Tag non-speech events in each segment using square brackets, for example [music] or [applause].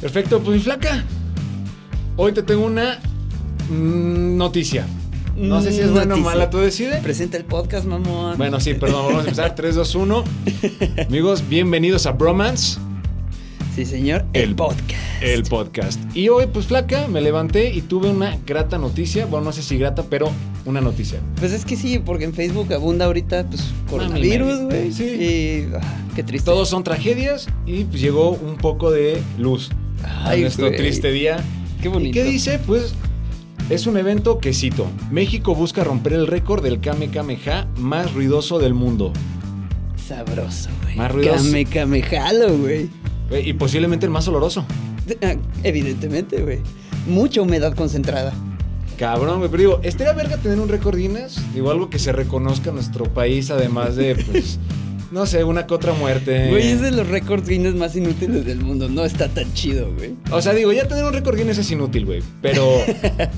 Perfecto, pues mi flaca. Hoy te tengo una mm, noticia. No sé si es buena o Noticia. mala, tú decides. Presenta el podcast, mamón. Bueno, sí, perdón, vamos a empezar. 3, 2, 1. Amigos, bienvenidos a Bromance, Sí, señor. El, El- podcast. el podcast. Y hoy, pues flaca, me levanté y tuve una grata noticia. Bueno, no sé si grata, pero una noticia. Pues es que sí, porque en Facebook abunda ahorita, pues, coronavirus, Mami, güey. Ah, sí. Y. ah, qué triste. Todos son tragedias y pues, llegó un poco de luz a Ay, nuestro güey. triste día. Qué bonito. ¿Y qué dice? Pues es un evento que cito. México busca romper el récord del Kame Kame Ha más ruidoso del mundo. Sabroso, güey. Más ruidoso. Kame Kame Jalo, güey. Eh, Y posiblemente el más oloroso. Ah, Evidentemente, güey. Mucha humedad concentrada. Cabrón, güey. Pero digo, estaría verga tener un récord Guinness. Digo, algo que se reconozca en nuestro país, además de, pues, [laughs] no sé, una que otra muerte. Güey, es de los récords Guinness más inútiles del mundo. No está tan chido, güey. O sea, digo, ya tener un récord Guinness es inútil, güey. Pero,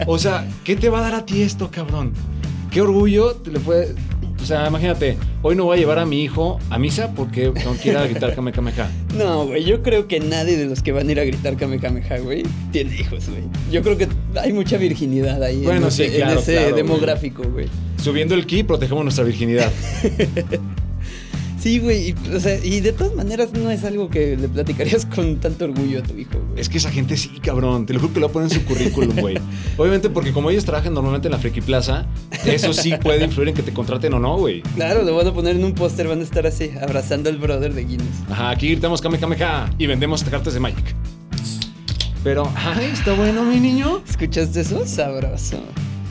o sea, ¿qué te va a dar a ti esto, cabrón? ¿Qué orgullo te le puede...? O sea, imagínate, hoy no voy a llevar a mi hijo a misa porque no quiera gritar Kame Kame Ha. No, güey, yo creo que nadie de los que van a ir a gritar Kame Kame Ha, güey, tiene hijos, güey. Yo creo que hay mucha virginidad ahí en Bueno, sí, ese, en claro, ese claro, güey. demográfico, güey. Subiendo el ki, protegemos nuestra virginidad. Sí, güey, y, o sea, y de todas maneras no es algo que le platicarías [laughs] con tanto orgullo a tu hijo, güey. Es que esa gente sí, cabrón. Te lo juro que lo ponen en su currículum, güey. Obviamente, porque como ellos trabajan normalmente en la Friki Plaza, eso sí puede influir en que te contraten o no, güey. Claro, lo van a poner en un póster, van a estar así, abrazando al brother de Guinness. Ajá, aquí gritamos Kame Kame Ha y vendemos cartas de Magic. Pero, ay, está bueno, mi niño. ¿Escuchaste eso? Sabroso.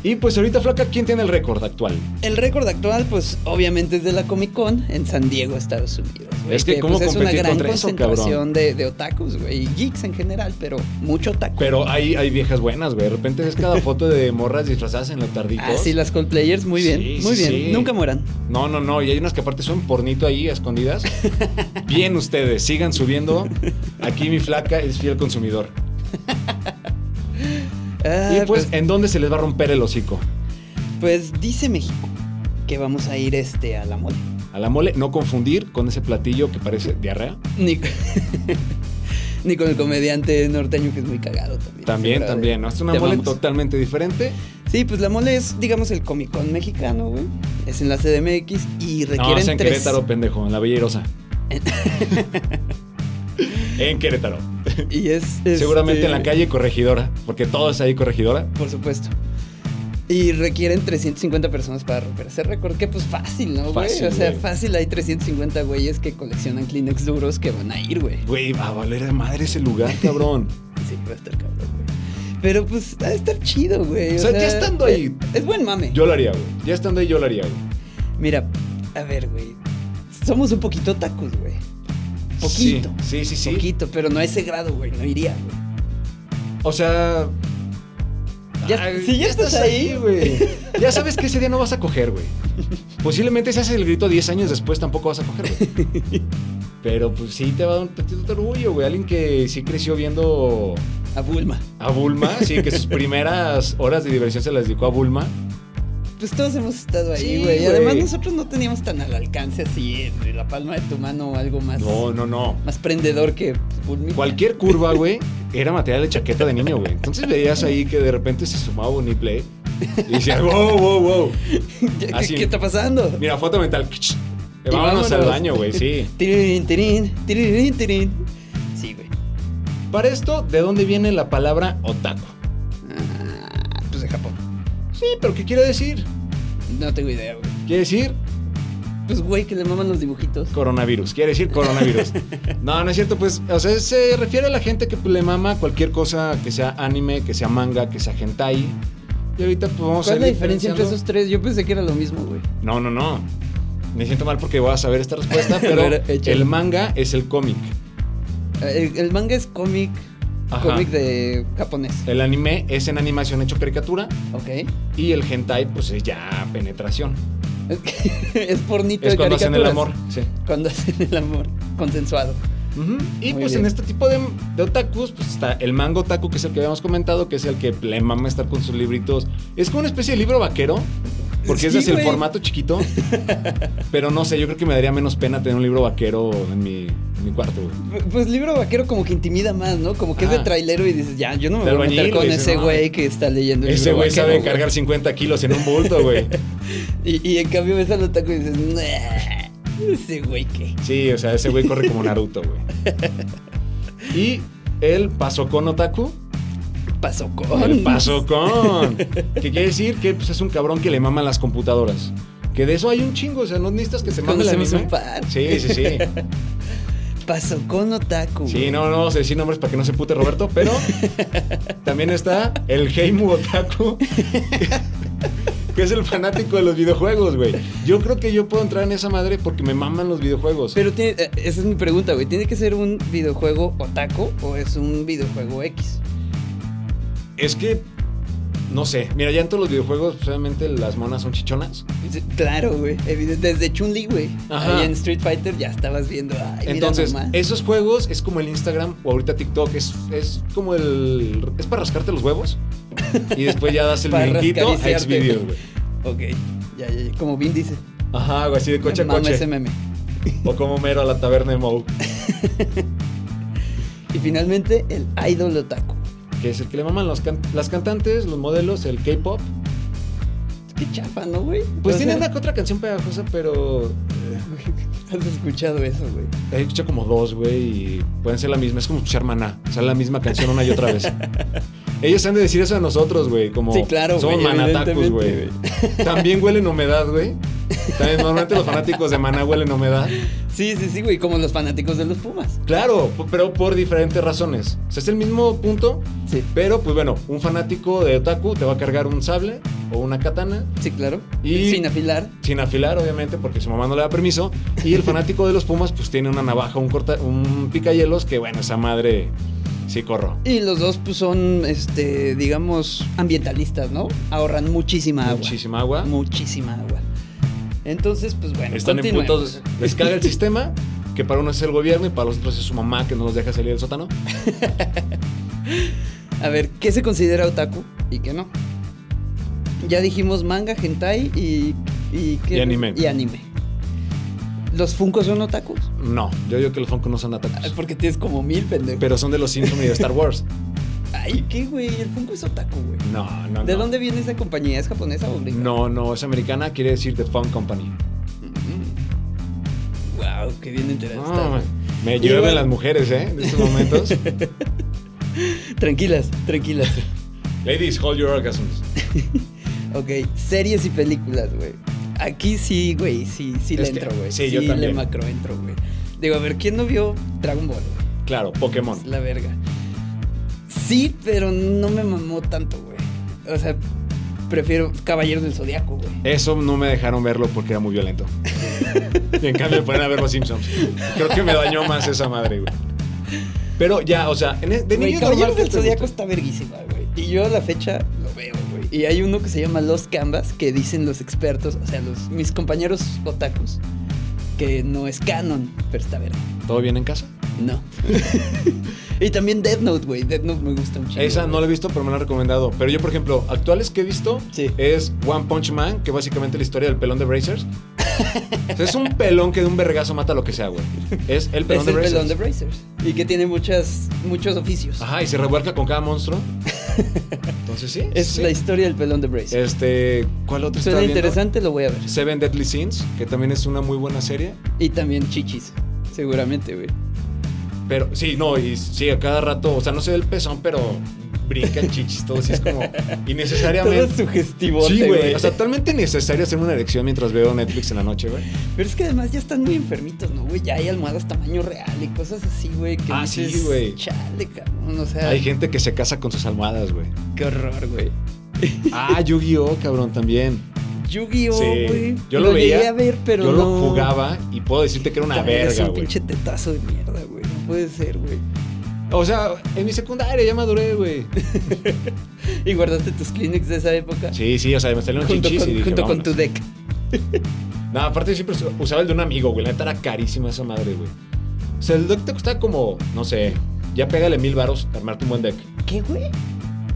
Y pues ahorita, Flaca, ¿quién tiene el récord actual? El récord actual, pues, obviamente es de la Comic Con en San Diego, Estados Unidos. güey, Es que ¿cómo pues, es una competir gran contra eso, cabrón? concentración de, de otakus, güey, y geeks en general, pero mucho otaku. Pero hay, hay viejas buenas, güey. De repente es cada foto de morras disfrazadas en leotarditos. Ah, sí, las cosplayers, muy bien, Sí, muy sí, bien. sí. Nunca mueran. No, no, no. Y hay unas que aparte son pornito ahí, escondidas. Bien ustedes, sigan subiendo. Aquí mi flaca es fiel consumidor. Ah, Y pues, ¿en dónde se les va a romper el hocico? pues, pues dice México que vamos a ir este a la mole. A la mole, no confundir con ese platillo que parece diarrea. Ni, [laughs] ni con el comediante norteño que es muy cagado también. También, Sí, también. ¿no? brother. Es una Te mole amamos. totalmente diferente. Sí, pues la mole es, digamos, el Comic Con mexicano, güey. Es en la CDMX y requieren No, es en tres. Querétaro, pendejo, en la [laughs] Bellerosa. en Querétaro. Y es este, Seguramente en la calle Corregidora, porque todo es ahí Corregidora. Por supuesto. Y requieren 350 personas para romper ese récord, que pues fácil, ¿no, güey? Fácil, o sea, güey. fácil hay 350 güeyes que coleccionan Kleenex duros que van a ir, güey. Güey, va a valer de madre ese lugar, cabrón. Sí, va a estar cabrón, güey. Pero pues va a estar chido, güey. O sea, ya estando ahí. Es, es buen mame. [laughs] Yo lo haría, güey. Ya estando ahí, yo lo haría, güey. Mira, a ver, güey. Somos un poquito tacos, güey. Poquito. Sí, sí, sí. sí. Poquito, pero no a ese grado, güey. No iría, güey. O sea. Ya- si ya estás ahí, güey. Ya sabes que ese día no vas a coger, [laughs] güey. Posiblemente si haces el grito 10 años después tampoco vas a coger, güey. [laughs] Pero pues sí te va a dar un poquito de orgullo, güey. Alguien que sí creció viendo A Bulma. a Bulma, sí, que sus primeras horas de diversión se las dedicó a Bulma. Pues todos hemos estado ahí, Sí, güey. Y güey. además nosotros no teníamos tan al alcance así, de la palma de tu mano, algo más, No, no, no. más prendedor que Bulma. Cualquier curva, güey, era material de chaqueta de niño, güey. Entonces veías ahí que de repente se sumaba un niple y decía, wow, wow, wow. [laughs] Ya, ¿qué- así. ¿Qué, está pasando? Mira, foto mental. Y Vámonos, al vámonos. baño, güey, sí. [laughs] Tirín, tirín, tirín, tirín. Sí, güey. Para esto, ¿de dónde viene la palabra otaku? Ah, pues de Japón. Sí, pero ¿qué quiere decir? No tengo idea, güey. Quiere decir Pues güey, que le maman los dibujitos. coronavirus, quiere decir coronavirus. No, no es cierto, pues, o sea, se refiere a la gente que pues, le mama cualquier cosa que sea anime, que sea manga, que sea hentai. Y ahorita pues vamos a ¿Cuál es la ir diferencia entre diferenciando- esos tres? Yo pensé que era lo mismo, güey. No, no, no. Me siento mal porque voy a saber esta respuesta, pero [laughs] A ver, échale. el manga es el cómic. El, el manga es cómic, Ajá. cómic de japonés. El anime es en animación hecho caricatura Ok. y el hentai pues es ya penetración. Es, que- [laughs] es pornito Es de cuando hacen el caricaturas. amor, sí. Cuando [laughs] hacen el amor. Consensuado. Ujú. Y Muy pues bien. en este tipo de, de otakus, pues está el mango otaku, que es el que habíamos comentado, que es el que le mama estar con sus libritos. Es como una especie de libro vaquero, Porque Sí, ese es el güey. formato [laughs] chiquito. Pero no sé, yo creo que me daría menos pena tener un libro vaquero en mi, en mi cuarto, güey. Pues libro vaquero como que intimida más, ¿no? Como que es de Ah. trailero y dices, ya, yo no me De voy a meter albañil, con güey, ese no. güey que está leyendo el Ese libro güey vaquero, sabe cargar 50 kilos en un bulto, [laughs] güey. Y, y en cambio ves al otaku y dices, "Nah, ese güey qué. Sí, o sea, ese güey corre como Naruto, güey. Y él pasó con Otaku. Pasó con. El [laughs] paso con. [laughs] Que quiere decir que pues, es un cabrón que le maman las computadoras. Que de eso hay un chingo, o sea, no necesitas que se mame la Conocemos anime. un par. Sí, sí, sí. Pasó con otaku. Sí, no, no vamos a decir nombres para que no se pute Roberto, pero también está el Heimu Otaku, [laughs] que es el fanático de los videojuegos, güey. Yo creo que yo puedo entrar en esa madre porque me maman los videojuegos. Pero tiene- eh, esa es mi pregunta, güey. ¿Tiene que ser un videojuego otaku o es un videojuego X? Es que, no sé, mira, ya en todos los videojuegos, solamente las monas son chichonas. Dice, Claro, güey. Evidente- Desde Chun-Li, güey. Ajá. Ahí en Street Fighter ya estabas viendo. Ay, Entonces, mira nomás". esos juegos es como el Instagram o ahorita TikTok, es, es como el... es para rascarte los [laughs] huevos y después ya das el Para brinquito a rascariciarte, Xvideos, güey. güey. Ok, ya, ya, ya. Como Vin dice. Ajá, güey, así de coche a Mama ese coche. meme. O como mero a la taberna de Moe. Y finalmente, el idol otaku. que es el que le maman los can- las cantantes, los modelos, el K-pop. Qué chafa, ¿no, güey? Pues O tiene sea, una que otra canción pegajosa, pero [laughs] Has escuchado eso, güey. he escuchado como dos, güey, y pueden ser la misma. Es como escuchar maná, o sea, la misma canción una y otra [laughs] vez. Ellos han de decir eso a nosotros, güey, como Sí, claro, somos güey, manatacos, güey. evidentemente, También huelen humedad, güey. También normalmente los fanáticos de maná huelen humedad. Sí, sí, sí, güey. Como los fanáticos de los Pumas. Claro, p- pero por diferentes razones. O sea, es el mismo punto, Sí. pero pues bueno, un fanático de otaku te va a cargar un sable o una katana Sí, claro. Y- Sin afilar. sin afilar, obviamente, porque su mamá no le da permiso. Y el fanático de los Pumas, pues tiene una navaja, un, corta, un picayelos, que bueno, esa madre sí corro. Y los dos, pues, son, este, digamos, ambientalistas, ¿no? Ahorran muchísima agua. Muchísima agua. Muchísima agua. Entonces, pues bueno, Están en continuemos. puntos. Les caga el [laughs] sistema, que para uno es el gobierno y para los otros es su mamá que no los deja salir del sótano. A ver, ¿qué se considera otaku y qué no? Ya dijimos manga, hentai y. Y, qué- Y anime. Y anime. ¿Los Funkos son otakus? No, yo digo que los Funko no son Ay, ataques. Porque tienes como mil pendejos. Pero son de los Simpsons y de Star Wars. Ay, ¿qué, güey? El Funko es otaku, güey. No, no, no. ¿De dónde viene esa compañía? ¿Es japonesa o gringa? No, no, es americana, quiere decir The Fun Company. Wow, qué bien enterado estás, No, güey. me Y llueven bueno- las mujeres, ¿eh? En estos [laughs] momentos. Tranquilas, tranquilas. [laughs] Ladies, hold your orgasms. ok, series y películas, güey. Aquí sí, güey, sí, sí le Es que- entro, güey. sí, yo le también. macro entro, güey. Digo, a ver, ¿quién no vio Dragon Ball? güey? Claro, Pokémon. Es Pues, la verga. Sí, pero no me mamó tanto, güey. O sea, prefiero Caballeros del Zodiaco, güey. Eso no me dejaron verlo porque era muy violento. y en cambio me ponen a ver los Simpsons. Creo que me dañó más esa madre, güey. Pero ya, o sea, en e- de Güey, niño normal Caballeros que del te Zodíaco guste. está verguísima, güey. Y yo a la fecha lo veo, güey. Y hay uno que se llama Los Canvas, que dicen los expertos, o sea, los, mis compañeros otakus, que no es canon, pero está verga. ¿Todo bien en casa? No. [laughs] y también Death Note, güey. Death Note me gusta un chingo. Esa no la güey. he visto, pero me la han recomendado. Pero yo, por ejemplo, actuales que he visto Sí. es One Punch Man, que básicamente es la historia del pelón de Brazers. O sea, es un pelón que de un vergazo mata lo que sea, güey. Es el pelón Es de el Brazers. pelón de Brazers. Y que tiene muchas, muchos oficios. Ajá, y se revuelca con cada monstruo. Entonces sí. [laughs] es sí. la historia del pelón de Brazers. Este, ¿cuál otro está Suena interesante, lo voy a ver. Seven Deadly Sins, que también es una muy buena serie. Y también chichis, seguramente, güey. Pero sí, no, y sí, a cada rato, o sea, no se ve el pezón, pero brincan chichis, todo así es [laughs] como Todo innecesariamente. sugestivo, Sí, güey. güey. O sea, totalmente necesario hacerme una erección mientras veo Netflix en la noche, güey. Pero es que además ya están muy enfermitos, ¿no, güey? Ya hay almohadas tamaño real y cosas así, güey. que Ah, dices, sí, güey. Chale, cabrón. O sea, Hay gente que se casa con sus almohadas, [laughs] güey. qué horror, güey. Ah, Yu-Gi-Oh, cabrón, también. Yu-Gi-Oh, Sí, güey. yo lo veía, llegué a ver, pero Yo no. lo jugaba y puedo decirte que era una También Es verga, un güey. pinche tetazo de mierda, güey. No puede ser, güey. O sea, en mi secundaria ya maduré, [laughs] güey. ¿Y guardaste tus Kleenex de esa época? Sí, sí, o sea, me salieron Junto, chichis con, y dije, junto con tu vámonos. deck. No, aparte siempre usaba el de un amigo, güey. La neta era carísima esa madre, güey. O sea, el deck te costaba como, no sé, ya pégale mil varos armarte un buen deck. ¿Qué, güey?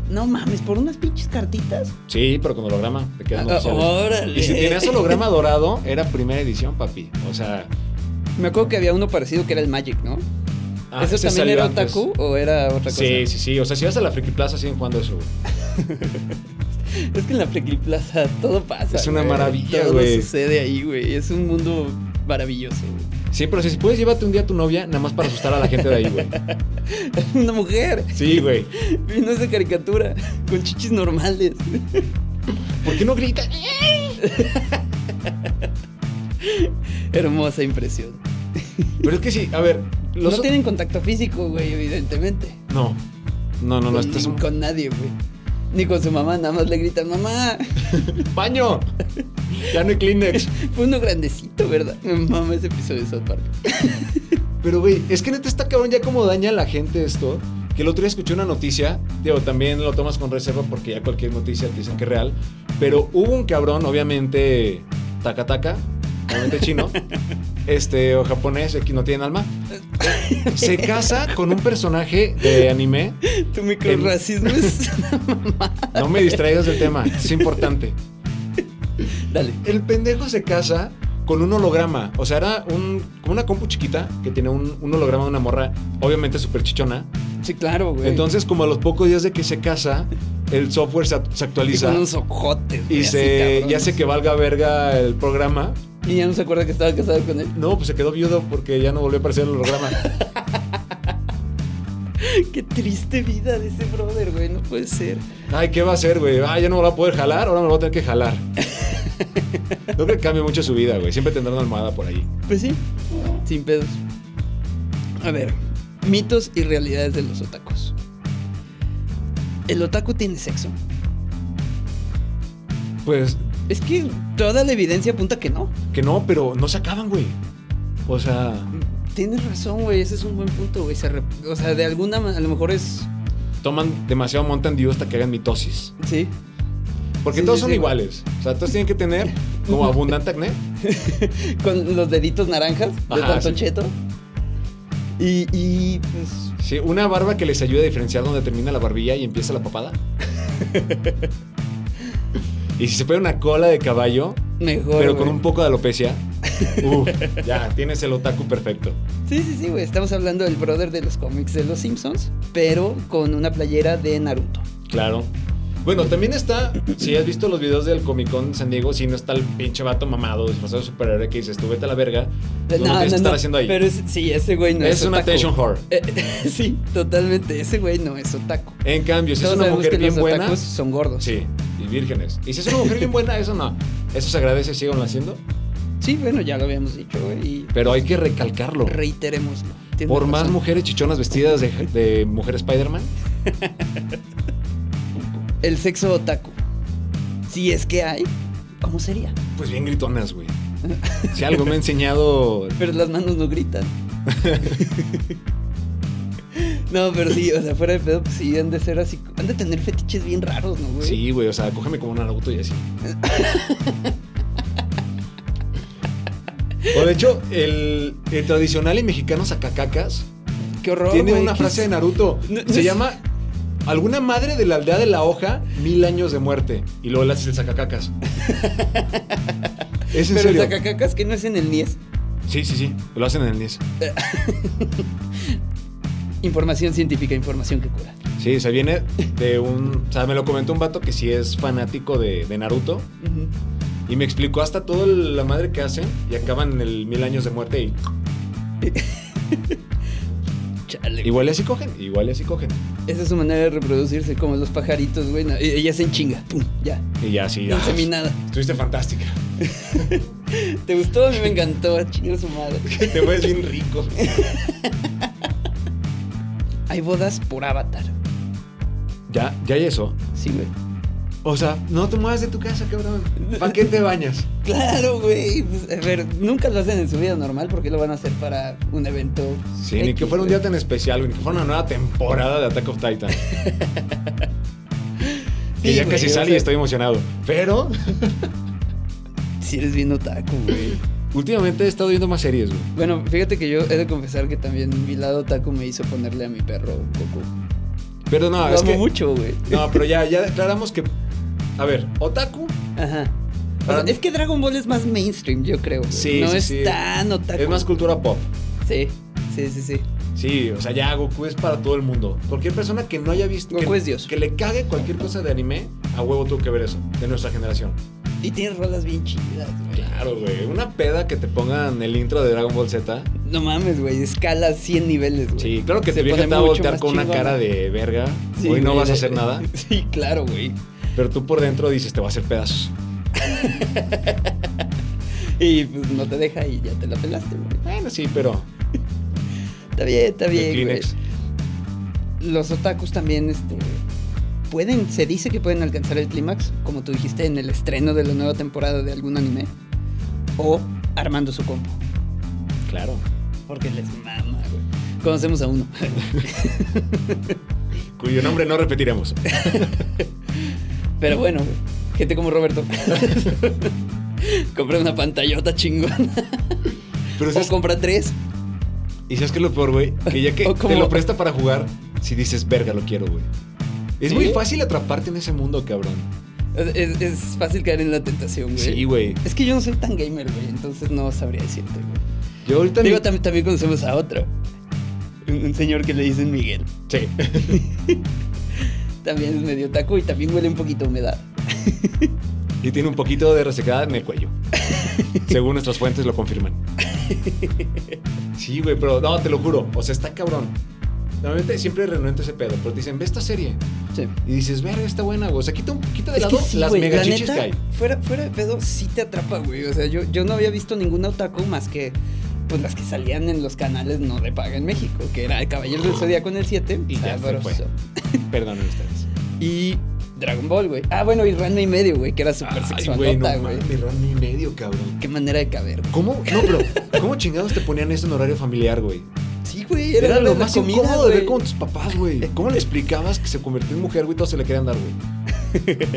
No mames, por unas pinches cartitas. Sí, pero con holograma. Te quedan Ah, oficiales. órale. Y si tenías holograma dorado, era primera edición, papi. O sea, Me acuerdo que había uno parecido que era el Magic, ¿no? ah, ¿Eso ese también salió era antes. otaku o era otra cosa? Sí, sí, sí. O sea, si vas a la Friki Plaza, siguen jugando eso, güey. Es que en la Friki Plaza todo pasa. Es una güey. maravilla, Todo güey. sucede ahí, güey. Es un mundo maravilloso. güey. [laughs] Sí, pero si si puedes, llévate un día a tu novia, nada más para asustar a la gente de ahí, güey. Una mujer. Sí, güey. Y No es de caricatura. Con chichis normales. [laughs] ¿Por qué no grita? Hermosa impresión. Pero es que sí, a ver. Los No tienen contacto físico, güey, evidentemente. no. No, no, no. con, Este es un con nadie, güey. Ni con su mamá, nada más le gritan, mamá, baño. Ya no hay Kleenex. fue uno grandecito, ¿verdad? [laughs] Me mama ese episodio de South Park. Pero, güey, es que neta está cabrón ya como daña a la gente esto. Que el otro día escuché una noticia, digo, también lo tomas con reserva porque ya cualquier noticia te dicen que es real. Pero hubo un cabrón, obviamente, taca taca, obviamente chino, este, o japonés, aquí no tienen alma. Se casa con un personaje de anime. Tu Em- microracismo es. [laughs] No me distraigas del tema, es importante. Dale. El pendejo se casa con un holograma. O sea, era un, como una compu chiquita que tenía un, un holograma de una morra, obviamente súper chichona. Sí, claro, güey. Entonces, como a los pocos días de que se casa, el software se, act- se Y actualiza con unos ojotes. y, güey, así, se, cabrones. y hace que valga verga el programa. Y ya no se acuerda que estaba casado con él. No, pues se quedó viudo porque ya no volvió a aparecer el [laughs] holograma. Qué triste vida de ese brother, güey. No puede ser. Ay, ¿qué va a hacer, güey? Ah, ya no me va a poder jalar, ahora me lo va a tener que [laughs] jalar. No creo que cambie mucho su vida, güey. Siempre tendrá una almohada por ahí. Pues sí. Sin pedos. A ver. Mitos y realidades de los otakus. ¿El otaku tiene sexo? Pues Es que toda la evidencia apunta que no. que no, pero no se acaban, güey. O sea, Tienes razón, güey. Ese es un buen punto, güey. se re- O sea, de alguna manera, a lo mejor es. toman demasiado Mountain Dew hasta que hagan mitosis. Sí. Porque Sí, todos sí, son sí, güey. iguales. O sea, todos tienen que tener [laughs] como abundante acné. Con los deditos naranjas de Ajá, tanto sí. cheto. Y, y pues. Sí, una barba que les ayude a diferenciar dónde termina la barbilla y empieza la [laughs] papada. y si se pone una cola de caballo, Mejor. pero con güey. un poco de [laughs] alopecia, uf, ya tienes el otaku perfecto. Sí, sí, sí, güey. Estamos hablando del brother de los cómics de los Simpsons, pero con una playera de Naruto. Claro. Bueno, también está, si has visto los videos del Comic Con San Diego, si no está el pinche vato mamado, disfrazado de superhéroe que dices, tú vete a la verga. Tú no, tienes que estar haciendo ahí. Pero es- sí, ese güey no es. es una otaku. attention whore. Eh, [laughs] sí, totalmente. Ese güey no es otaku. En cambio, si Pues es Todos una sabemos mujer que bien los buena. otakus son gordos. Sí, y vírgenes. Y si es una mujer bien buena, eso no. Eso se agradece, sigan haciendo. Sí, bueno, ya lo habíamos dicho, güey. Y Pero hay que recalcarlo. reiterémoslo. Tienes Por más razón. mujeres chichonas vestidas de, de mujer Spider-Man. El sexo otaku. Si es que hay, ¿cómo sería? Pues bien gritonas, güey. Si algo me ha [laughs] enseñado. Pero las manos no gritan. no, pero sí, o sea, fuera de pedo, pues sí, han de ser así. Han de tener fetiches bien raros, ¿no, güey? Sí, güey, o sea, cógeme como un Naruto y así. O de hecho, el, el tradicional y mexicano sacacacas Qué horror. tiene güey, una qué- frase de Naruto. No, no Se es- llama Alguna madre de la aldea de la hoja, mil años de muerte. Y luego le haces el [laughs] sacacacas. es en Pero serio. sacacacas que no es en el NIES. Sí, sí, sí. Lo hacen en el NIS. Información científica, información que cura. Sí, se viene de un. O sea, me lo comentó un vato que sí es fanático de, de Naruto. Ujú. Y me explicó hasta toda la madre que hacen. Y acaban en el mil años de muerte. Y Chale. güey. igual y así cogen. Igual y así cogen. Esa es su manera de reproducirse, como los pajaritos, güey. no, Ellas se chinga, pum, ya. Y ya así. No ah, inseminada. Estuviste fantástica. [laughs] ¿Te gustó? A mí me encantó. Chinga su madre. Te ves bien rico. Hay bodas por avatar. Ya, ya hay eso. Sí, güey. O sea, no te muevas de tu casa, cabrón. ¿Para qué te bañas? Claro, güey. Pues, a ver, nunca lo hacen en su vida normal porque lo van a hacer para un evento. Sí, ni X, que fuera un día güey. tan especial, güey, ni que fuera una nueva temporada de Attack of Titan. que Sí, ya güey, casi o sale y sea, estoy emocionado. Pero Si eres bien otaku, güey. últimamente he estado viendo más series, güey. Bueno, fíjate que yo he de confesar que también mi lado otaku me hizo ponerle a mi perro Goku. Pero no, Lo Ah, es amo que. mucho, güey. No, pero ya, ya declaramos que. A ver, Otaku Ajá. O Para- sea, es que Dragon Ball es más mainstream, yo creo. güey. Ah, Sí, No sí, es sí. tan otaku. es más cultura pop. Sí, sí, sí, sí. Sí, o sea, ya Goku es para todo el mundo. Cualquier persona que no haya visto. Goku que, es Dios. Que le cague cualquier cosa de anime, a huevo tuvo que ver eso, de nuestra generación. Y tiene rolas bien chidas, güey. Claro, güey. Una peda que te pongan el intro de Dragon Ball Z. No mames, güey. Escala 100 niveles, güey. Sí, claro que Se te vieja pone te va a mucho voltear más con una chingona. cara de verga. Sí, Hoy no güey, vas a de- hacer nada. [laughs] Sí, claro, güey. Pero tú por dentro dices, te va a hacer pedazos. Y pues no te deja y ya te la pelaste, güey. Bueno, sí, pero. Está bien, está de bien, güey. Kleenex. Los otakus también, este. Pueden, se dice que pueden alcanzar el clímax, como tú dijiste, en el estreno de la nueva temporada de algún anime. O armando su compo. Claro. Porque les mama, güey. Conocemos a uno. [laughs] Cuyo nombre no repetiremos. Pero bueno, güey, gente como Roberto. [laughs] Compré una pantallota chingona. Pero O ¿sabes? compra tres. Y sabes que lo peor, güey, que ya que [laughs] O te como- lo presta para jugar, si dices, verga, lo quiero, güey. Es ¿Sí? muy fácil atraparte en ese mundo, cabrón. Es, es- es fácil caer en la tentación, güey. Sí, güey. Es que yo no soy tan gamer, güey, entonces no sabría decirte, güey. Yo ahorita Digo, ni- también, también conocemos a otro. Un, un señor que le dicen Miguel. Sí. [laughs] También es medio taco y también huele un poquito a humedad. Y tiene un poquito de resecada en el [laughs] cuello. Según nuestras fuentes lo confirman. Sí, güey, pero no, te lo juro. O sea, está cabrón. Normalmente siempre renuente ese pedo, pero te dicen, ve esta serie. Sí. Y dices, verga, está buena, güey. O sea, quita, un, quita de Es lado que sí, las güey, mega la chichis que neta, hay. Fuera, fuera de pedo, sí te atrapa, güey. O sea, yo, yo no había visto ninguna otaku más que pues las que salían en los canales no de paga en México, que era El Caballero del Zodíaco en el 7. Y ya se sabroso. fue. Perdonen ustedes. Y Dragon Ball, güey. Ah, bueno, y Ranma y medio, güey, que era súper Ay, sexual, güey, no güey. mames, ron y medio, cabrón. Qué manera de caber, güey. ¿Cómo? No, pero ¿cómo chingados te ponían esto en horario familiar, güey? Sí, güey, Era, hora lo de la más comida, incómodo de güey. ver con tus papás, güey. ¿Cómo le explicabas que se convirtió en mujer, güey, y todos se le querían dar, güey?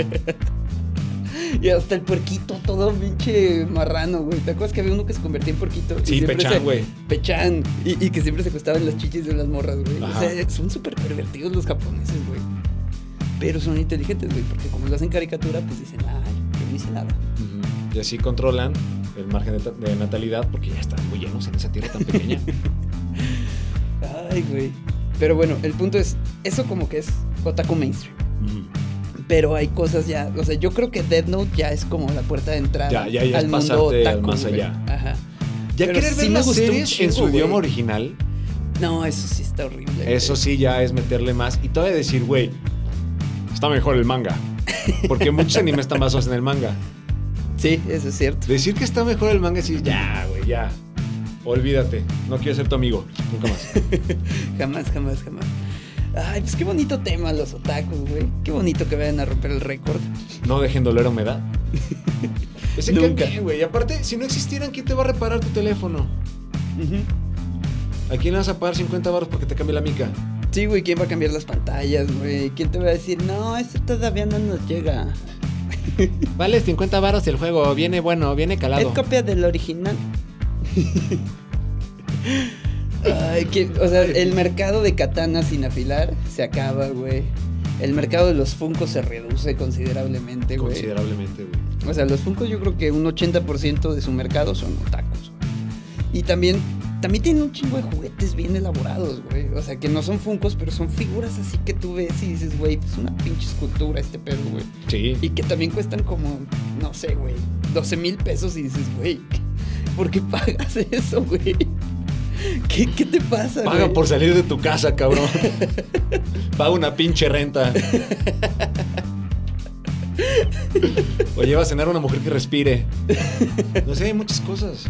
Y hasta el puerquito, todo pinche marrano, güey. ¿Te acuerdas que había uno que se convertía en puerquito? Y Sí, siempre Pechán, se- güey. Pechán. Y, y que siempre se costaban las chichis de las morras, güey. O Ajá. sea, son súper pervertidos los japoneses, güey. Pero son inteligentes, güey. Porque como lo hacen caricatura, pues dicen, ay, yo no hice nada. Ujú. Y así controlan el margen de, ta- de natalidad porque ya están muy llenos en esa tierra tan pequeña. Ay, güey. Pero bueno, el punto es, eso como que es otaku mainstream. Ujú. Pero hay cosas ya, o sea, yo creo que Dead Note ya es como la puerta de entrada Ya, ya, ya es al mundo pasarte al otaku, más güey. allá. Ajá. Ya Pero querer sí ver me las gustó un series en su chingo, güey. idioma original, No, eso sí está horrible. güey. eso sí ya es meterle más. Y todavía decir, güey, está mejor el manga. Porque muchos animes están basados en el manga. Sí, eso es cierto. Decir que está mejor el manga es decir, ya, güey, ya. Olvídate. No quiero ser tu amigo. Nunca más. Jamás, jamás, jamás. Ay, pues qué bonito tema los otakus, güey. Qué bonito que vayan a romper el récord. No dejen doler [laughs] humedad. Ese Nunca. cambio, güey. Y aparte, si no existieran, ¿quién te va a reparar tu teléfono? ¿A quién le vas a pagar 50 baros porque te cambie la mica? Sí, güey, ¿quién va a cambiar las pantallas, güey? ¿Quién te va a decir, no, esto todavía no nos llega? Vale 50 baros el juego, viene bueno, viene Es copia del original. Ay, que- o sea, el mercado de katanas sin afilar se acaba, güey. El mercado de los funcos se reduce considerablemente, güey. Considerablemente, güey. O sea, los Funko yo creo que un 80% de su mercado son otakus. güey. Y también, también tienen un chingo de juguetes bien elaborados, güey. O sea, que no son Funkos, pero son figuras así que tú ves y dices, güey, es una pinche escultura este pedo, güey. Sí. Y que también cuestan como, no sé, güey, 12 mil pesos y dices, güey, ¿por qué pagas eso, güey? ¿Qué, qué te pasa, Paga güey? por salir de tu casa, [laughs] cabrón. Paga una pinche renta. O lleva a cenar a una mujer que respire. No sé, hay muchas cosas.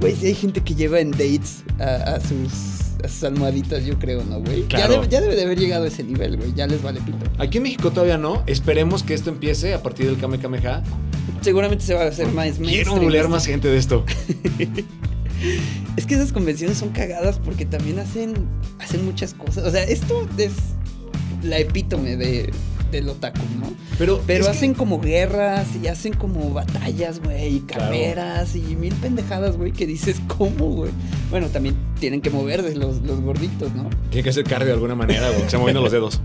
Güey, sí hay gente que lleva en dates a, a sus, a sus almohaditas, yo creo, ¿no, güey? Ya Claro. debe- ya debe de haber llegado a ese nivel, güey. Ya les vale pito. Aquí en México todavía no. Esperemos que esto empiece a partir del Kame Kameha. Seguramente se va a hacer más Quiero mainstream. bulear más gente de esto. Es que esas convenciones son cagadas porque también hacen, hacen muchas cosas. O sea, esto es la epítome de, del otaku, ¿no? Pero, Pero es que- hacen como guerras y hacen como batallas, güey, y Claro. carreras y mil pendejadas, güey, que dices, ¿cómo, güey? Bueno, también tienen que moverse los, los gorditos, ¿no? Tiene que hacer cardio de alguna manera, güey. que Se moviendo los dedos.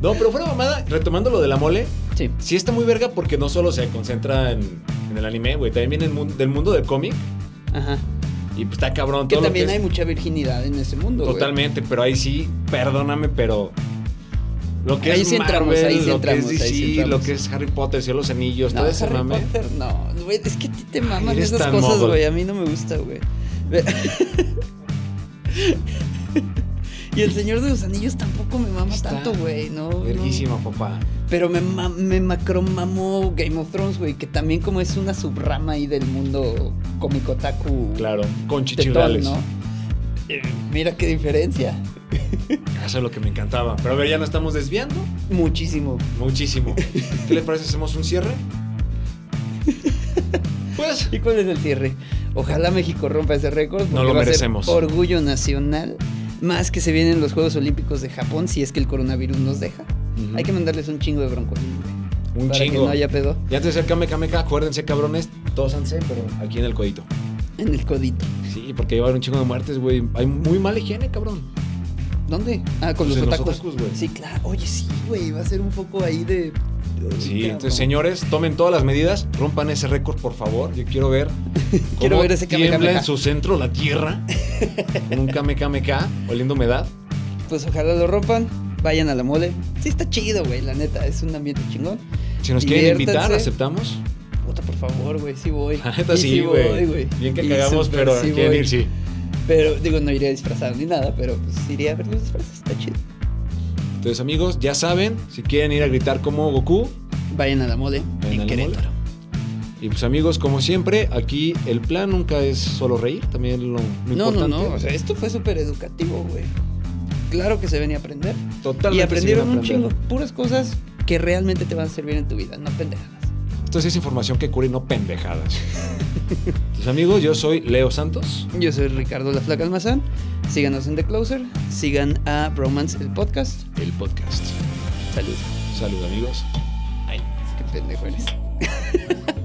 No, pero fuera mamada, retomando lo de la mole, Sí. sí está muy verga porque no solo se concentra en, en el anime, güey. También viene el mun- del mundo del cómic Ajá. y pues está cabrón. Que todo lo también que es- hay mucha virginidad en ese mundo, güey. Totalmente, pero ahí sí, perdóname, pero. Lo que Ahí es sí entramos, Marvel, ahí sí lo entramos, que es DC, ahí sí entramos. lo que es Harry Potter, Cielo de los Anillos, No, todo ese Harry mame. Potter, no, güey, es que a ti te maman eres esas tan cosas, mogol. güey, a mí no me gusta, güey. Ve- [laughs] y el Señor de los Anillos tampoco me mama Está tanto, güey, no. no. Verguísima, papá. Pero me, ma- me macromamó Game of Thrones, güey, que también como es una subrama ahí del mundo cómico taku. Claro, con tetón, chichirales. ¿no? Eh, Mira qué diferencia. Eso es lo que me encantaba. Pero a ver, ya nos estamos desviando Muchísimo. [laughs] muchísimo. ¿Qué le parece si hacemos un cierre? Pues. ¿Y cuál es el cierre? Ojalá México rompa ese récord. porque lo va a ser merecemos. orgullo nacional. Más que se vienen los Juegos Olímpicos de Japón, si es que el coronavirus nos deja. Hay que mandarles un chingo de broncolín, güey. Un para chingo. que no haya pedo Y antes de ser Kame Kame, acuérdense, cabrones, todos han pero aquí en el codito. en el codito. Sí, porque llevar un chingo de muertes, güey. Hay muy mala higiene, cabrón. ¿Dónde? Ah, con Pues en los los otakus. otakus, güey. sí, claro. Oye, sí, güey. Va a ser un foco ahí de. Sí, Cabrón. entonces, señores, tomen todas las medidas, rompan ese récord, por favor. Yo quiero ver. cómo [laughs] Quiero ver ese Kame tiembla Kame Ka. en su centro la tierra. con un Kame Kame Ka, oliendo humedad. Pues ojalá lo rompan. Vayan a la mole. Sí, está chido, güey. La neta, es un ambiente chingón. Si nos quieren invitar, Diviértanse. aceptamos. [laughs] Puta, por favor, güey. Sí voy. La neta Y sí, voy, güey. Bien que Y cagamos, súper pero sí quieren voy. ir, sí. Pero digo, no iría disfrazado ni nada, pero pues iría a ver los disfraces, está chido. Entonces, amigos, ya saben, si quieren ir a gritar como Goku. Vayan a la mole Vayan a en la Querétaro. Y pues, amigos, como siempre, aquí el plan nunca es solo reír, también lo, lo No, no, importante. no, o sea, esto fue súper educativo, güey. Claro que se venía a aprender. Totalmente y aprendieron sin un chingo, aprender. puras cosas que realmente te van a servir en tu vida, no pendejadas. Esto sí es información que cura y no pendejadas. Entonces, amigos, yo soy Leo Santos. Yo soy Ricardo La Flaca Almazán. Síganos en The Closer, sigan a Bromance el podcast. El podcast. Salud. Salud, amigos. Ay, qué pendejo eres.